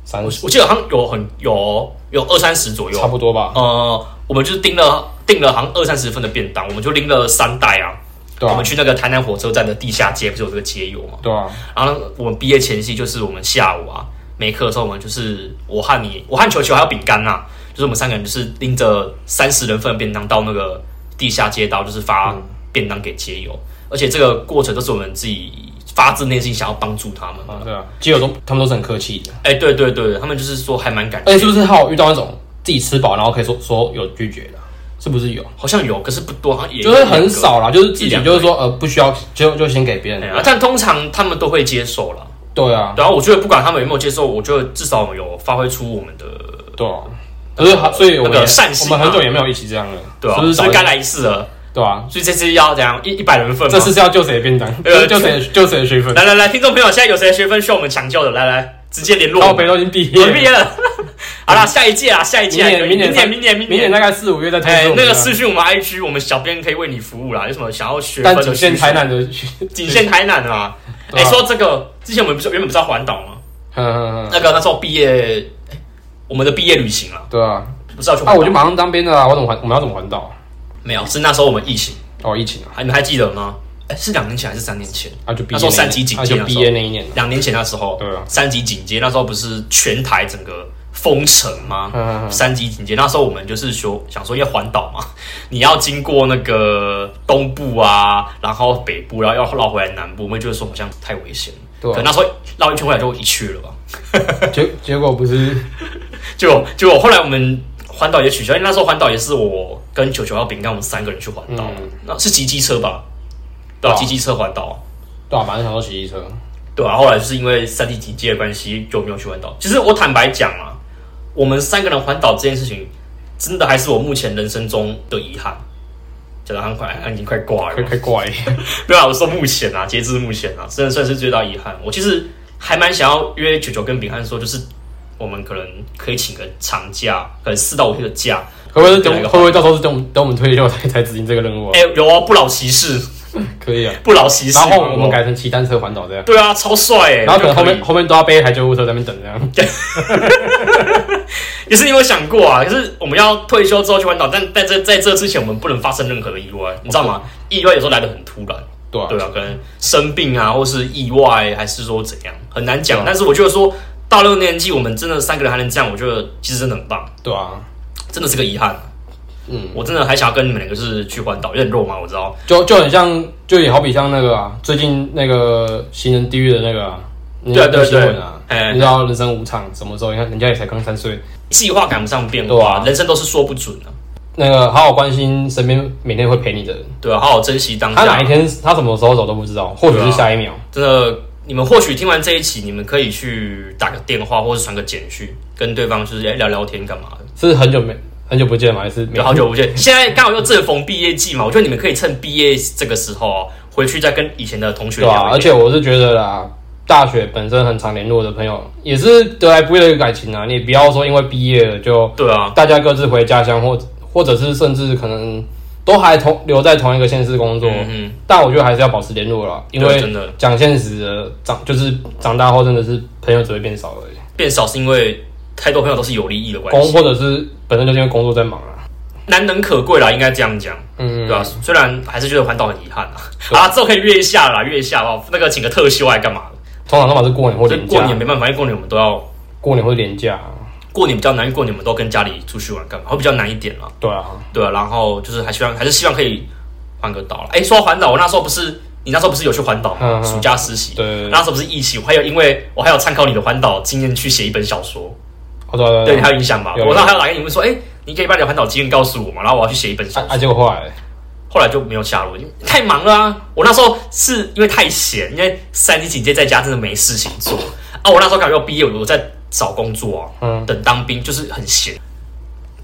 Speaker 1: 三
Speaker 2: 我
Speaker 1: 十
Speaker 2: 我记得好像有很有有二三十左
Speaker 1: 差
Speaker 2: 右。
Speaker 1: 不多吧，
Speaker 2: 呃，我们就是订了订了好像二三十份的便当，我们就拎了三袋啊。
Speaker 1: 对
Speaker 2: 我
Speaker 1: 啊
Speaker 2: 们，去那个台南火车站的地下街，不是有这个街友吗？
Speaker 1: 对啊，
Speaker 2: 然后我们毕业前夕就是我们下午啊，没课的时候，我们就是我和你，我和球球还有饼干呐，就是我们三个人就是拎着三十人份的便当到那个地下街道，就是发便当给街友，而且这个过程都是我们自己发自内心想要帮助他们。
Speaker 1: 啊对啊，基友都他们都是很客气的，
Speaker 2: 哎、对对对，他们就是说还蛮感
Speaker 1: 而且哎
Speaker 2: 谢，
Speaker 1: 是不是还有遇到那种自己吃饱然后可以说说有拒绝的，是不是有？
Speaker 2: 好像有，可是不多，好像也有
Speaker 1: 就是很少啦，就是自己
Speaker 2: 一两个
Speaker 1: 就是说呃不需要就就先给别
Speaker 2: 一两
Speaker 1: 人，
Speaker 2: 个。哎但通常他们都会接受了，
Speaker 1: 对啊
Speaker 2: 然后我觉得不管他们有没有接受，我觉得至少我们有发挥出我们的
Speaker 1: 对啊，可是所以我们
Speaker 2: 那个
Speaker 1: 也
Speaker 2: 善心
Speaker 1: 我
Speaker 2: 嘛
Speaker 1: 们很久也没有一起这样了，
Speaker 2: 对啊吧、
Speaker 1: 是不是
Speaker 2: 所
Speaker 1: 找
Speaker 2: 以
Speaker 1: 一
Speaker 2: 该来一次了，
Speaker 1: 对啊？
Speaker 2: 所以这次要怎样一一百人份吗？
Speaker 1: 这次是要救谁的便当？
Speaker 2: 呃
Speaker 1: 救谁救谁的学分？
Speaker 2: 来来来，听众朋友，现在有谁的学分需要我们抢救的？来来，直接联络
Speaker 1: 靠
Speaker 2: 我
Speaker 1: 北
Speaker 2: 们。
Speaker 1: 都已经毕
Speaker 2: 我们毕
Speaker 1: 业，
Speaker 2: 业了， 好啦，下一届啊，下一届啊，有
Speaker 1: 明年
Speaker 2: 明年，
Speaker 1: 年
Speaker 2: 明年，
Speaker 1: 明年。大概四五月再通知
Speaker 2: 哎
Speaker 1: 我，们
Speaker 2: 那个
Speaker 1: 啊
Speaker 2: 私讯我们 IG，我们小编可以为你服务啦。有什么想要学分
Speaker 1: 但
Speaker 2: 的？
Speaker 1: 仅限台，南的，
Speaker 2: 仅限台南啊。
Speaker 1: 对
Speaker 2: 哎，
Speaker 1: 啊
Speaker 2: 说到这个，之前我们不是原本不是要环岛吗？
Speaker 1: 嗯嗯嗯嗯，
Speaker 2: 那个那时候毕业，哎我们的毕业旅行啊，
Speaker 1: 对啊。
Speaker 2: 不是要去
Speaker 1: 啊，
Speaker 2: 环
Speaker 1: 我就
Speaker 2: 岛？
Speaker 1: 马上当兵的啦，我怎么环？我们要怎么环岛？
Speaker 2: 没有，是那时候我们疫情，
Speaker 1: 哦，疫情啊，
Speaker 2: 还你们还记得吗？哎，是两年前还是三年前？
Speaker 1: 啊就毕业
Speaker 2: 那时候
Speaker 1: 一
Speaker 2: 三级警戒
Speaker 1: 啊就
Speaker 2: 那时
Speaker 1: 毕
Speaker 2: 候
Speaker 1: 业那一年啊，
Speaker 2: 两年前那时候，
Speaker 1: 对啊
Speaker 2: 三级警戒，那时候不是全台整个封城吗？
Speaker 1: 嗯嗯嗯
Speaker 2: 三级警戒，那时候我们就是说想说要环岛嘛， 你要经过那个东部啊，然后北部，然后要绕回来南部，我们就会说好像太危险了。
Speaker 1: 对啊
Speaker 2: 可那时候绕一圈回来就一去了吧？
Speaker 1: 结结果不是
Speaker 2: 就就后来我们环岛也取消，因为那时候环岛也是我跟球球还有饼干我们三个人去环岛，
Speaker 1: 嗯
Speaker 2: 那是骑机车吧？对啊，
Speaker 1: 对啊
Speaker 2: 骑机车环岛。
Speaker 1: 对啊，反正想说骑机车，
Speaker 2: 对啊，后来就是因为三级警戒的关系，就没有去环岛。其实我坦白讲啊，我们三个人环岛这件事情，真的还是我目前人生中的遗憾。讲得好像快，啊已经快挂了
Speaker 1: 快。快过来，
Speaker 2: 对啊，我说目前啊，截至目前啊，真的算是最大遗憾。我其实还蛮想要约九九跟秉汉说，就是我们可能可以请个长假，可能四到五天的假。
Speaker 1: 会不会是等会不会到时候是等我们等我们退休才才执行这个任务啊？
Speaker 2: 哎、有啊，不老骑士，哎
Speaker 1: 可以啊，
Speaker 2: 不老骑士。
Speaker 1: 然后我
Speaker 2: 有没有
Speaker 1: 们改成骑单车环岛这样，
Speaker 2: 对啊，超帅哎、
Speaker 1: 然后可能后
Speaker 2: 就
Speaker 1: 面后面都要背一台救护车在那边等这样，
Speaker 2: 也是你有没有想过啊？可是我们要退休之后去环岛，但但在在这之前，我们不能发生任何的意外，你知道吗？
Speaker 1: 哦
Speaker 2: 意外有时候来的很突然，
Speaker 1: 对啊
Speaker 2: 对啊，可能生病啊，或是意外，还是说怎样，很难
Speaker 1: 啊
Speaker 2: 讲。但是我觉得说到那个年纪，我们真的三个人还能这样，我觉得其实真的很棒，
Speaker 1: 对啊，
Speaker 2: 真的是个遗憾。
Speaker 1: 嗯，
Speaker 2: 我真的还想要跟你们两个就是去环岛，有点肉麻，我知道。
Speaker 1: 就就很像，就也好比像那个啊，最近那个行人地狱的那个啊，那
Speaker 2: 对啊对啊
Speaker 1: 那新闻啊，
Speaker 2: 哎
Speaker 1: 你知道人生无常，什么时候？你看人家也才刚三岁，
Speaker 2: 计划赶不上变
Speaker 1: 对
Speaker 2: 化，
Speaker 1: 啊
Speaker 2: 人生都是说不准的、
Speaker 1: 那个好好关心身边每天会陪你的人，
Speaker 2: 对啊，好好珍惜当
Speaker 1: 他哪
Speaker 2: 下
Speaker 1: 一。天他什么时候走都不知道，或许
Speaker 2: 对啊
Speaker 1: 是下一秒。
Speaker 2: 真的，你们或许听完这一期，你们可以去打个电话，或者传个简讯，跟对方就是哎聊聊天干嘛的。
Speaker 1: 是很久没很久不见吗？还是没
Speaker 2: 就好久不见，现在刚好又正逢毕业季嘛，我觉得你们可以趁毕业这个时候、啊、回去再跟以前的同学
Speaker 1: 对啊，
Speaker 2: 聊
Speaker 1: 而
Speaker 2: 一聊。
Speaker 1: 且我是觉得啦，大学本身很常联络的朋友，也是得来不易的一个感情啊。你也不要说因为毕业了就
Speaker 2: 对啊，
Speaker 1: 大家各自回家乡，或或者是甚至可能都还同留在同一个县市工作，
Speaker 2: 嗯嗯，
Speaker 1: 但我觉得还是要保持联络啦，因
Speaker 2: 对
Speaker 1: 为
Speaker 2: 真的
Speaker 1: 讲现实的，长就是长大后真的是朋友只会变少而已，
Speaker 2: 变少是因为太多朋友都是有利益的关
Speaker 1: 工
Speaker 2: 系，
Speaker 1: 或者是本身就是因为工作在忙啊。
Speaker 2: 难能可贵啦，应该这样讲，
Speaker 1: 嗯
Speaker 2: 对，啊吧、虽然还是觉得环岛很遗憾啊， 啊，之后可以月下啦，月下哦，那个请个特休来干嘛的？
Speaker 1: 通常都嘛是过年或
Speaker 2: 就
Speaker 1: 年假，
Speaker 2: 过年没办法，因为过年我们都要
Speaker 1: 过年或年假，
Speaker 2: 过年比较难，因为过年我们都跟家里出去玩，干嘛会比较难一点啦。
Speaker 1: 对啊，
Speaker 2: 对啊，然后就是还希望还是希望可以换个岛了。哎、说到环岛，我那时候不是你那时候不是有去环岛吗？
Speaker 1: 嗯嗯
Speaker 2: 暑假实习，
Speaker 1: 对，
Speaker 2: 那时候不是疫情，我还有因为我还有参考你的环岛经验去写一本小说，
Speaker 1: 哦对啊
Speaker 2: 对
Speaker 1: 对
Speaker 2: 你
Speaker 1: 啊
Speaker 2: 还有影响吧？
Speaker 1: 有
Speaker 2: 我那还有打给你们说，哎、你可以把你的环岛经验告诉我嘛？然后我要去写一本小
Speaker 1: 啊
Speaker 2: 说，
Speaker 1: 啊，结果后来
Speaker 2: 后来就没有下落，因为太忙了啊。我那时候是因为太闲，因为三级警戒在家真的没事情做啊。我那时候感觉我毕业，我在找工作啊，
Speaker 1: 嗯
Speaker 2: 等当兵就是很闲。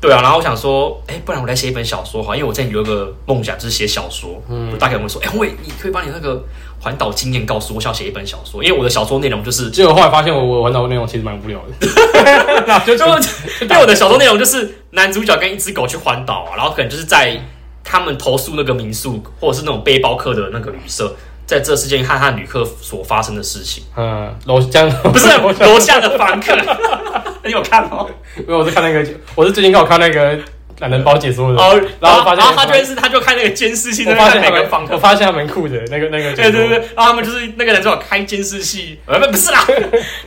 Speaker 2: 对啊，然后我想说，哎、不然我来写一本小说好了，因为我之前有一个梦想就是写小说。嗯，大概我们说，哎、喂，你可以把你那个环岛经验告诉我，我想写一本小说，因为我的小说内 容就是，
Speaker 1: 结果后来发现我我环岛内容其实蛮无 聊的，
Speaker 2: 就就因为我的小说内容就是男主角跟一只狗去环岛啊，然后可能就是在他们投诉那个民宿或者是那种背包客的那个旅社，在这事件和他的旅客所发生的事情，
Speaker 1: 嗯，楼江
Speaker 2: 不 是楼下的房客，你有看吗？
Speaker 1: 因为我是看那个，我是最近刚好看那个懒人包解说的，
Speaker 2: 哦，
Speaker 1: 然
Speaker 2: 然后
Speaker 1: 后发
Speaker 2: 然后
Speaker 1: 现
Speaker 2: 他就会是他就看那个监视器，在
Speaker 1: 我
Speaker 2: 那
Speaker 1: 发
Speaker 2: 看
Speaker 1: 现
Speaker 2: 每
Speaker 1: 他
Speaker 2: 个
Speaker 1: 们
Speaker 2: 房，客
Speaker 1: 我。发现他蛮酷的那个那个解
Speaker 2: 对
Speaker 1: 说，
Speaker 2: 对对，然后他们就是那个人正好开监视器，呃，不不 是啦，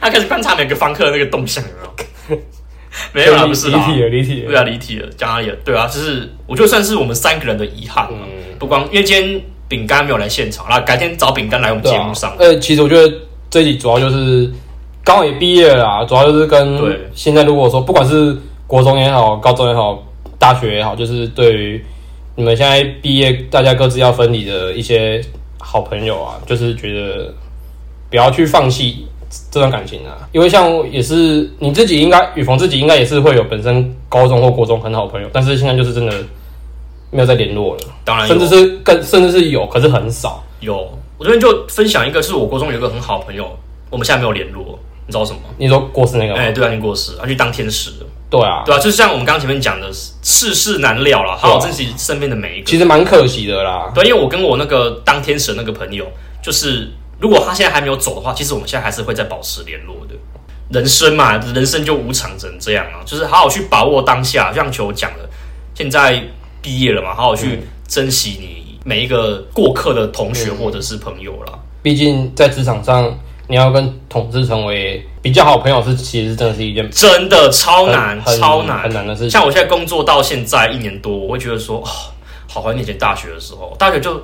Speaker 2: 他开始观察每个房客的那个动向，有 没有？没有啦，不是
Speaker 1: 离
Speaker 2: 啦，
Speaker 1: 体了离体
Speaker 2: 对
Speaker 1: 了，
Speaker 2: 啊，离题了，讲哪里了？对啊，就是我觉得算是我们三个人的遗憾、啊。
Speaker 1: 嗯，
Speaker 2: 不光因为今天饼干没有来现场，那改天找饼干来我们
Speaker 1: 对
Speaker 2: 节
Speaker 1: 啊
Speaker 2: 目上。
Speaker 1: 呃，其实我觉得这一集主要就是刚好也毕业了啦，主要就是跟
Speaker 2: 对
Speaker 1: 现在如果说不管是国中也好，高中也好，大学也好，就是对于你们现在毕业大家各自要分离的一些好朋友啊，就是觉得不要去放弃这段感情啊，因为像也是你自己应该，雨逢自己应该也是会有本身高中或国中很好的朋友，但是现在就是真的没有再联络了，
Speaker 2: 当然
Speaker 1: 甚至
Speaker 2: 有
Speaker 1: 是更甚至是有，可是很少。
Speaker 2: 有，我这边就分享一个，就是我国中有一个很好的朋友，我们现在没有联络，你知道什么吗？
Speaker 1: 你说过世那个吗？
Speaker 2: 哎、对啊，你过世，他去当天使了，
Speaker 1: 对啊，
Speaker 2: 对啊，就是像我们刚刚前面讲的，世事难料啦，好好
Speaker 1: 对啊
Speaker 2: 珍惜身边的每一个。
Speaker 1: 其实蛮可惜的啦。
Speaker 2: 对，因为我跟我那个当天使的那个朋友，就是如果他现在还没有走的话，其实我们现在还是会再保持联络的。人生嘛，人生就无常，只能这样啊，就是好好去把握当下。就像球讲的，现在毕业了嘛，好好去
Speaker 1: 嗯
Speaker 2: 珍惜你每一个过客的同学或者是朋友啦。
Speaker 1: 毕竟在职场上，你要跟同事成为比较好朋友是，其实真的是一件
Speaker 2: 真的超
Speaker 1: 很
Speaker 2: 难，
Speaker 1: 很
Speaker 2: 超难
Speaker 1: 很。难的事情。
Speaker 2: 像我现在工作到现在一年多，我会觉得说，哦，好怀念以前大学的时候，大学就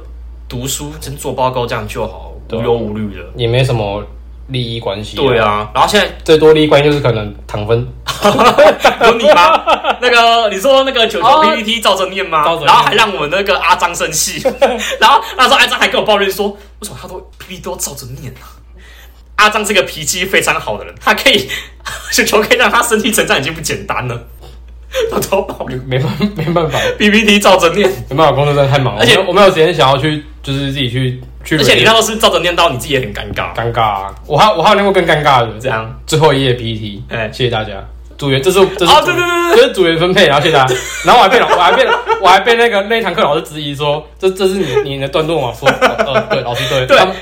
Speaker 2: 读书跟做报告这样就好，
Speaker 1: 对
Speaker 2: 无
Speaker 1: 啊
Speaker 2: 忧无虑的。
Speaker 1: 也没什么利益关系。
Speaker 2: 对，啊，然后现在
Speaker 1: 最多利益关系就是可能糖分。
Speaker 2: 有你吗？那个你说那个九九
Speaker 1: 哦
Speaker 2: PPT 照着念吗？
Speaker 1: 照着念
Speaker 2: 然后还让我们那个阿张 生气，然后那时候阿张还跟我抱怨说，为什么他都 PPT 都照着念啊？阿张是个脾气非常好的人，他可以 雪球可以让他身体成长已经不简单了，他都抱怨
Speaker 1: 没办没办法，
Speaker 2: PPT 照着念，
Speaker 1: 没办法，工作真的太忙了，
Speaker 2: 而且
Speaker 1: 我没有我没有时间想要去，就是自己去去。
Speaker 2: 而且你那时候是照着念到你自己也很尴尬，
Speaker 1: 尴尬、啊，我还我还有那过更尴尬的，
Speaker 2: 这样
Speaker 1: 最后一页 PPT，
Speaker 2: 哎
Speaker 1: 谢谢大家。组员，这是这是
Speaker 2: 哦
Speaker 1: 组
Speaker 2: 对对对对
Speaker 1: 这是组员分配，然后谢谢大家。然后我还被老，我还被我还被那个那一堂课老师质疑说，这这是你你的段落吗？说，哦呃，对，老师对，
Speaker 2: 对
Speaker 1: 他们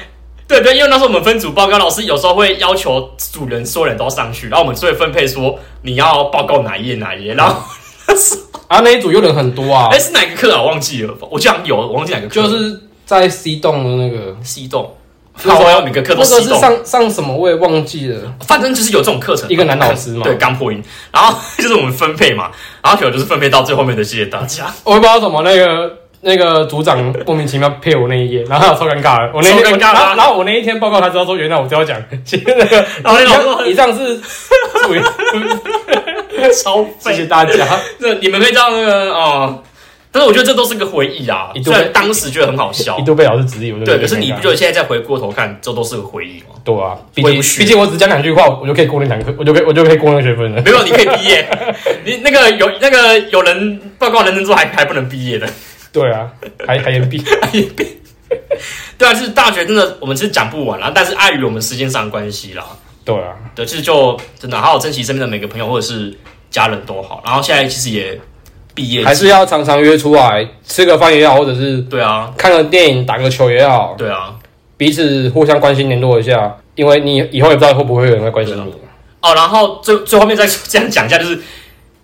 Speaker 2: 对对，因为那时候我们分组报告，老师有时候会要求主人所有人都要上去，然后我们就会分配说你要报告哪一页哪一页，然后 那时候。
Speaker 1: 啊那一组又人很多啊
Speaker 2: 哎、，是哪个课啊？我忘记了，我讲有，我忘记哪个课，
Speaker 1: 就是在 C 栋的那个，
Speaker 2: 西洞。那时候要每个课都
Speaker 1: 那个
Speaker 2: 西
Speaker 1: 是
Speaker 2: 洞，
Speaker 1: 上上什么我也忘记了，
Speaker 2: 反正就是有这种课程。
Speaker 1: 一个男老师嘛
Speaker 2: 对，刚破音， 然后就是我们分配嘛，然后结果就是分配到最后面的，谢谢大家。
Speaker 1: 我也不知道什么那个。那个组长莫名其妙配我那一页，然后超尴尬的。我那天
Speaker 2: 超尴尬的啊
Speaker 1: 然后然后我那一天报告他知道说，原来我只要讲， 其实那个，
Speaker 2: 然后那哎老师说
Speaker 1: 以上是注 意，
Speaker 2: 超
Speaker 1: 谢谢
Speaker 2: 废。
Speaker 1: 大家。
Speaker 2: 这你们可以知道那个哦，但是我觉得这都是个回忆啊，
Speaker 1: 一度
Speaker 2: 虽然当时觉得很好笑
Speaker 1: 一，度被老师质疑，我就
Speaker 2: 对，
Speaker 1: 觉得
Speaker 2: 可是你
Speaker 1: 尴尬
Speaker 2: 不觉得现在再回过头看，这都是个回忆吗？
Speaker 1: 对啊？毕
Speaker 2: 回
Speaker 1: 竟
Speaker 2: 不去
Speaker 1: 毕竟我只讲两句话，我就可以过那堂课，我就可以我就可以过那个学 分了。
Speaker 2: 没有，你可以毕业。 你那个有那个有人报告人证之后还还不能毕业的，
Speaker 1: 对啊，还还延毕。
Speaker 2: 对啊，就是大学真的我们是讲不完啦，但是碍于我们时间上的关系啦，
Speaker 1: 对啊，
Speaker 2: 对，其实就真的好好珍惜身边的每个朋友或者是家人都好。然后现在其实也毕业季，
Speaker 1: 还是要常常约出来吃个饭也好，或者是
Speaker 2: 对啊，
Speaker 1: 看个电影、打个球也好，
Speaker 2: 对啊。
Speaker 1: 彼此互相关心联络一下，因为你以后也不知道会不会有人会关心你。
Speaker 2: 哦，然后最最后面再这样讲一下，就是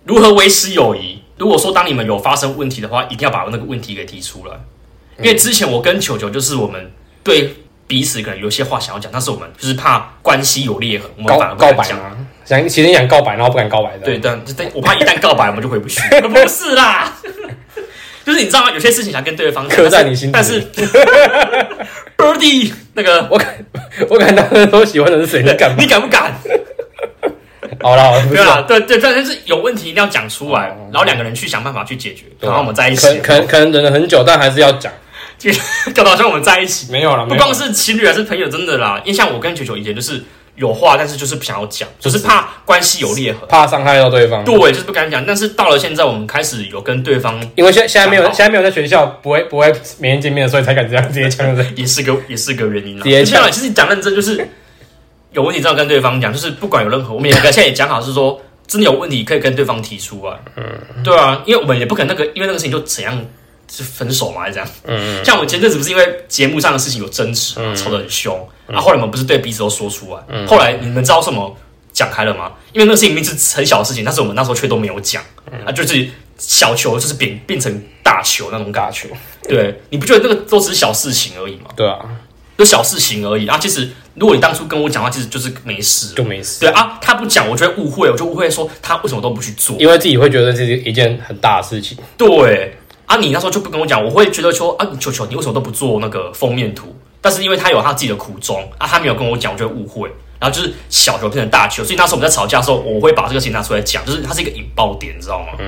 Speaker 2: 如何维持友谊。如果说当你们有发生问题的话，一定要把那个问题给提出来，
Speaker 1: 嗯
Speaker 2: 因为之前我跟球球就是我们对彼此可能有些话想要讲，但是我们就是怕关系有裂啊痕，我们
Speaker 1: 告
Speaker 2: 反而不
Speaker 1: 告
Speaker 2: 敢
Speaker 1: 白
Speaker 2: 讲。
Speaker 1: 吗？想其实想告白，然后不敢告白的。
Speaker 2: 对，但但我怕一旦告白，我们就回 不去。不是啦，就是你知道吗？有些事情想跟对方讲
Speaker 1: 刻在你心底
Speaker 2: 但是 Birdy 那个，
Speaker 1: 我感我感到那时候喜欢的是谁？你 敢吗？
Speaker 2: 你敢不敢？
Speaker 1: 好了，好了，不
Speaker 2: 对
Speaker 1: 是啊
Speaker 2: 啦，对对，但但是有问题一定要讲出来，然后两个人去想办法去解决，
Speaker 1: 对
Speaker 2: 然后我们在一
Speaker 1: 可能
Speaker 2: 起，
Speaker 1: 可能可能忍了很久，但还是要讲。
Speaker 2: 就好像我们在一起，
Speaker 1: 没有了，
Speaker 2: 不
Speaker 1: 没有
Speaker 2: 光是情侣还是朋友，真的啦。因为像我跟球球以前就是有话，但是就是不想要讲，就是怕关系有裂痕。
Speaker 1: 怕伤害到对方。
Speaker 2: 对，就是不敢讲。但是到了现在，我们开始有跟对方，
Speaker 1: 因为现在现在没有
Speaker 2: 讲好
Speaker 1: 现在没有在学校，不会不会每天见面，所以才敢这样直接呛人。
Speaker 2: 也是个也是个原因啊啦。
Speaker 1: 直接
Speaker 2: 就
Speaker 1: 讲
Speaker 2: 像其实讲认真，就是 有问题这样跟对方讲，就是不管有任何，我 们两个现在也讲好是说，真的有问题可以跟对方提出啊。对啊，因为我们也不可能那个因为那个事情就怎样是分手嘛，还是这样。
Speaker 1: 嗯，
Speaker 2: 像我前阵子不是因为节目上的事情有争执嘛，吵得很凶，然后后来我们不是对彼此都说出来，啊后来你们知道什么讲开了吗？因为那个事情明明是很小的事情，但是我们那时候却都没有讲，啊，就是小球就是变变成大球那种感
Speaker 1: 打
Speaker 2: 觉。
Speaker 1: 球。
Speaker 2: 对，你不觉得那个都只是小事情而已吗？
Speaker 1: 对啊，
Speaker 2: 就小事情而已。啊，其实如果你当初跟我讲话，其实就是没事
Speaker 1: 就
Speaker 2: 了。
Speaker 1: 没事
Speaker 2: 对，啊，他不讲，我就会误会，我就误会说他为什么都不去做。
Speaker 1: 因为自己会觉得这是一件很大的事情。
Speaker 2: 对啊，你那时候就不跟我讲，我会觉得说啊，你球球，你为什么都不做那个封面图？但是因为他有他自己的苦衷啊，他没有跟我讲，我就会误会。然后就是小球变成大球，所以那时候我们在吵架的时候，我会把这个事情拿出来讲，就是它是一个引爆点，你知道吗？嗯。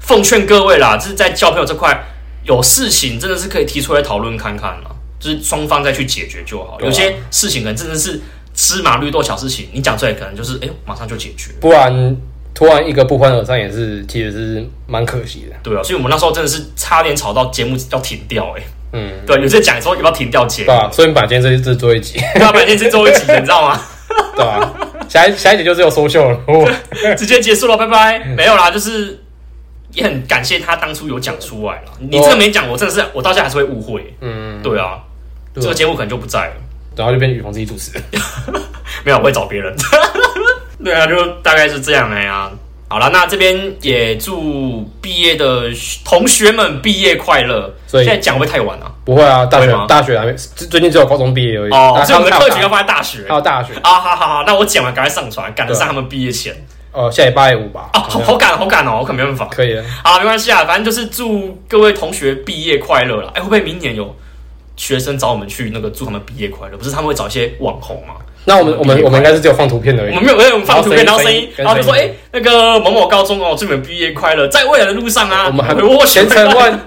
Speaker 2: 奉劝各位啦，就是在交朋友这块，有事情真的是可以提出来讨论看看啦，就是双方再去解决就好。
Speaker 1: 对啊
Speaker 2: 有些事情可能真的是芝麻绿豆小事情，你讲出来可能就是哎、马上就解决。
Speaker 1: 不然突然一个不欢而散也是，其实是蛮可惜的。
Speaker 2: 对啊，所以我们那时候真的是差点吵到节目要停掉、哎。
Speaker 1: 嗯，
Speaker 2: 对，有些讲说要不要停掉节目
Speaker 1: 对，啊，所以你把今天这这做一集，
Speaker 2: 要不然今天是最后一集，你知道吗？
Speaker 1: 对吧？下一下一集就只有收秀了。哦我
Speaker 2: 直接结束了，拜拜。
Speaker 1: 嗯
Speaker 2: 没有啦，就是也很感谢他当初有讲出来了。你这个没讲，我真的是我到现在还是会误会。嗯，对啊，
Speaker 1: 对啊
Speaker 2: 这个节目可能就不在了，
Speaker 1: 然后就变雨鹏自己主持。
Speaker 2: 没有，我会找别人。 对啊，就大概是这样哎呀、好了，那这边也祝毕业的同学们毕业快乐。
Speaker 1: 所以
Speaker 2: 现在讲会不会太晚了、
Speaker 1: 不会啊，大学
Speaker 2: 会吗
Speaker 1: 大学还没，最最近只有高中毕业而已。
Speaker 2: 哦，
Speaker 1: 啊
Speaker 2: 所以我们的课
Speaker 1: 还
Speaker 2: 程要
Speaker 1: 有大
Speaker 2: 放在大学。
Speaker 1: 还有大学，
Speaker 2: 啊，好好好，那我剪完赶快上传，赶得
Speaker 1: 对啊
Speaker 2: 上他们毕业前。
Speaker 1: 呃，下礼拜五吧。
Speaker 2: 啊，好好赶好赶哦，我可没办法。
Speaker 1: 可以了。
Speaker 2: 好，没关系啊，反正就是祝各位同学毕业快乐啦。哎、会不会明年有学生找我们去那个祝他们毕业快乐？不是他们会找一些网红吗？
Speaker 1: 那我们我
Speaker 2: 毕
Speaker 1: 们
Speaker 2: 业
Speaker 1: 我们应该是只有放图片而
Speaker 2: 我
Speaker 1: 已
Speaker 2: 们。没有，没有我们放图片，
Speaker 1: 哎然
Speaker 2: 然后
Speaker 1: 后
Speaker 2: 声
Speaker 1: 声
Speaker 2: 音
Speaker 1: 音，
Speaker 2: 然后就说：“哎、
Speaker 1: 跟声音
Speaker 2: 那个某某高中哦，祝你们毕业快乐，在未来的路上啊，
Speaker 1: 我们还
Speaker 2: 你或许
Speaker 1: 前程 万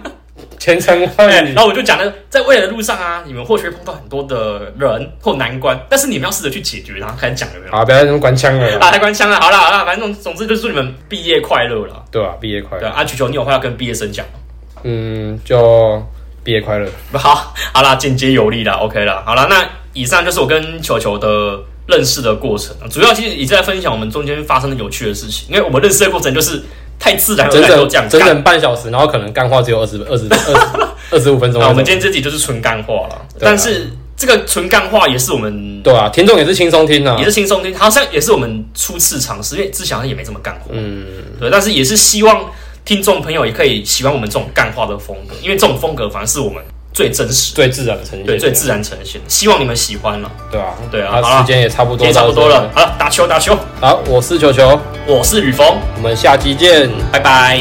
Speaker 1: 前程
Speaker 2: 对，
Speaker 1: 万里
Speaker 2: 哎然。后我就讲了，在未来的路上啊，你们或许会碰到很多的人或难关，但是你们要试着去解决。”然后开始讲有没有？
Speaker 1: 好，啊不要那么官腔 了啦，
Speaker 2: 啊，太官腔了，好啦好啦，反正总总之就祝你们毕业快乐啦。
Speaker 1: 对吧？毕业快
Speaker 2: 对
Speaker 1: 乐，
Speaker 2: 啊，球球，你有话要跟毕业生讲 吗？
Speaker 1: 嗯，就毕业快乐。
Speaker 2: 好，好啦，简洁有力啦 o k 啦，好啦，那以上就是我跟球球的认识的过程，主要其实也在分享我们中间发生的有趣的事情，因为我们认识的过程就是太自然而
Speaker 1: 整
Speaker 2: 然就
Speaker 1: 整
Speaker 2: 这样
Speaker 1: 整
Speaker 2: 干。
Speaker 1: 整半小时，然后可能干话只有二十二十 二二十五分钟
Speaker 2: 那
Speaker 1: 那
Speaker 2: 我
Speaker 1: 种。
Speaker 2: 们今天这集就是纯干话了，
Speaker 1: 对啊
Speaker 2: 但是这个纯干话也是我们
Speaker 1: 对啊，听众也是轻松听啊
Speaker 2: 也，是轻松听，好像也是我们初次尝试，因为之前好像也没这么干过，
Speaker 1: 嗯，
Speaker 2: 对，但是也是希望听众朋友也可以喜欢我们这种干话的风格，因为这种风格反而是我们最真实。
Speaker 1: 最自然的呈现，
Speaker 2: 对，最自然呈现，希望你们喜欢了，
Speaker 1: 对啊，
Speaker 2: 对啊好啦
Speaker 1: 好，时间也差不多，
Speaker 2: 也差不多了。。好了，打球打球，
Speaker 1: 好，我是球球，
Speaker 2: 我是雨峰，
Speaker 1: 我们下期见。
Speaker 2: 拜拜。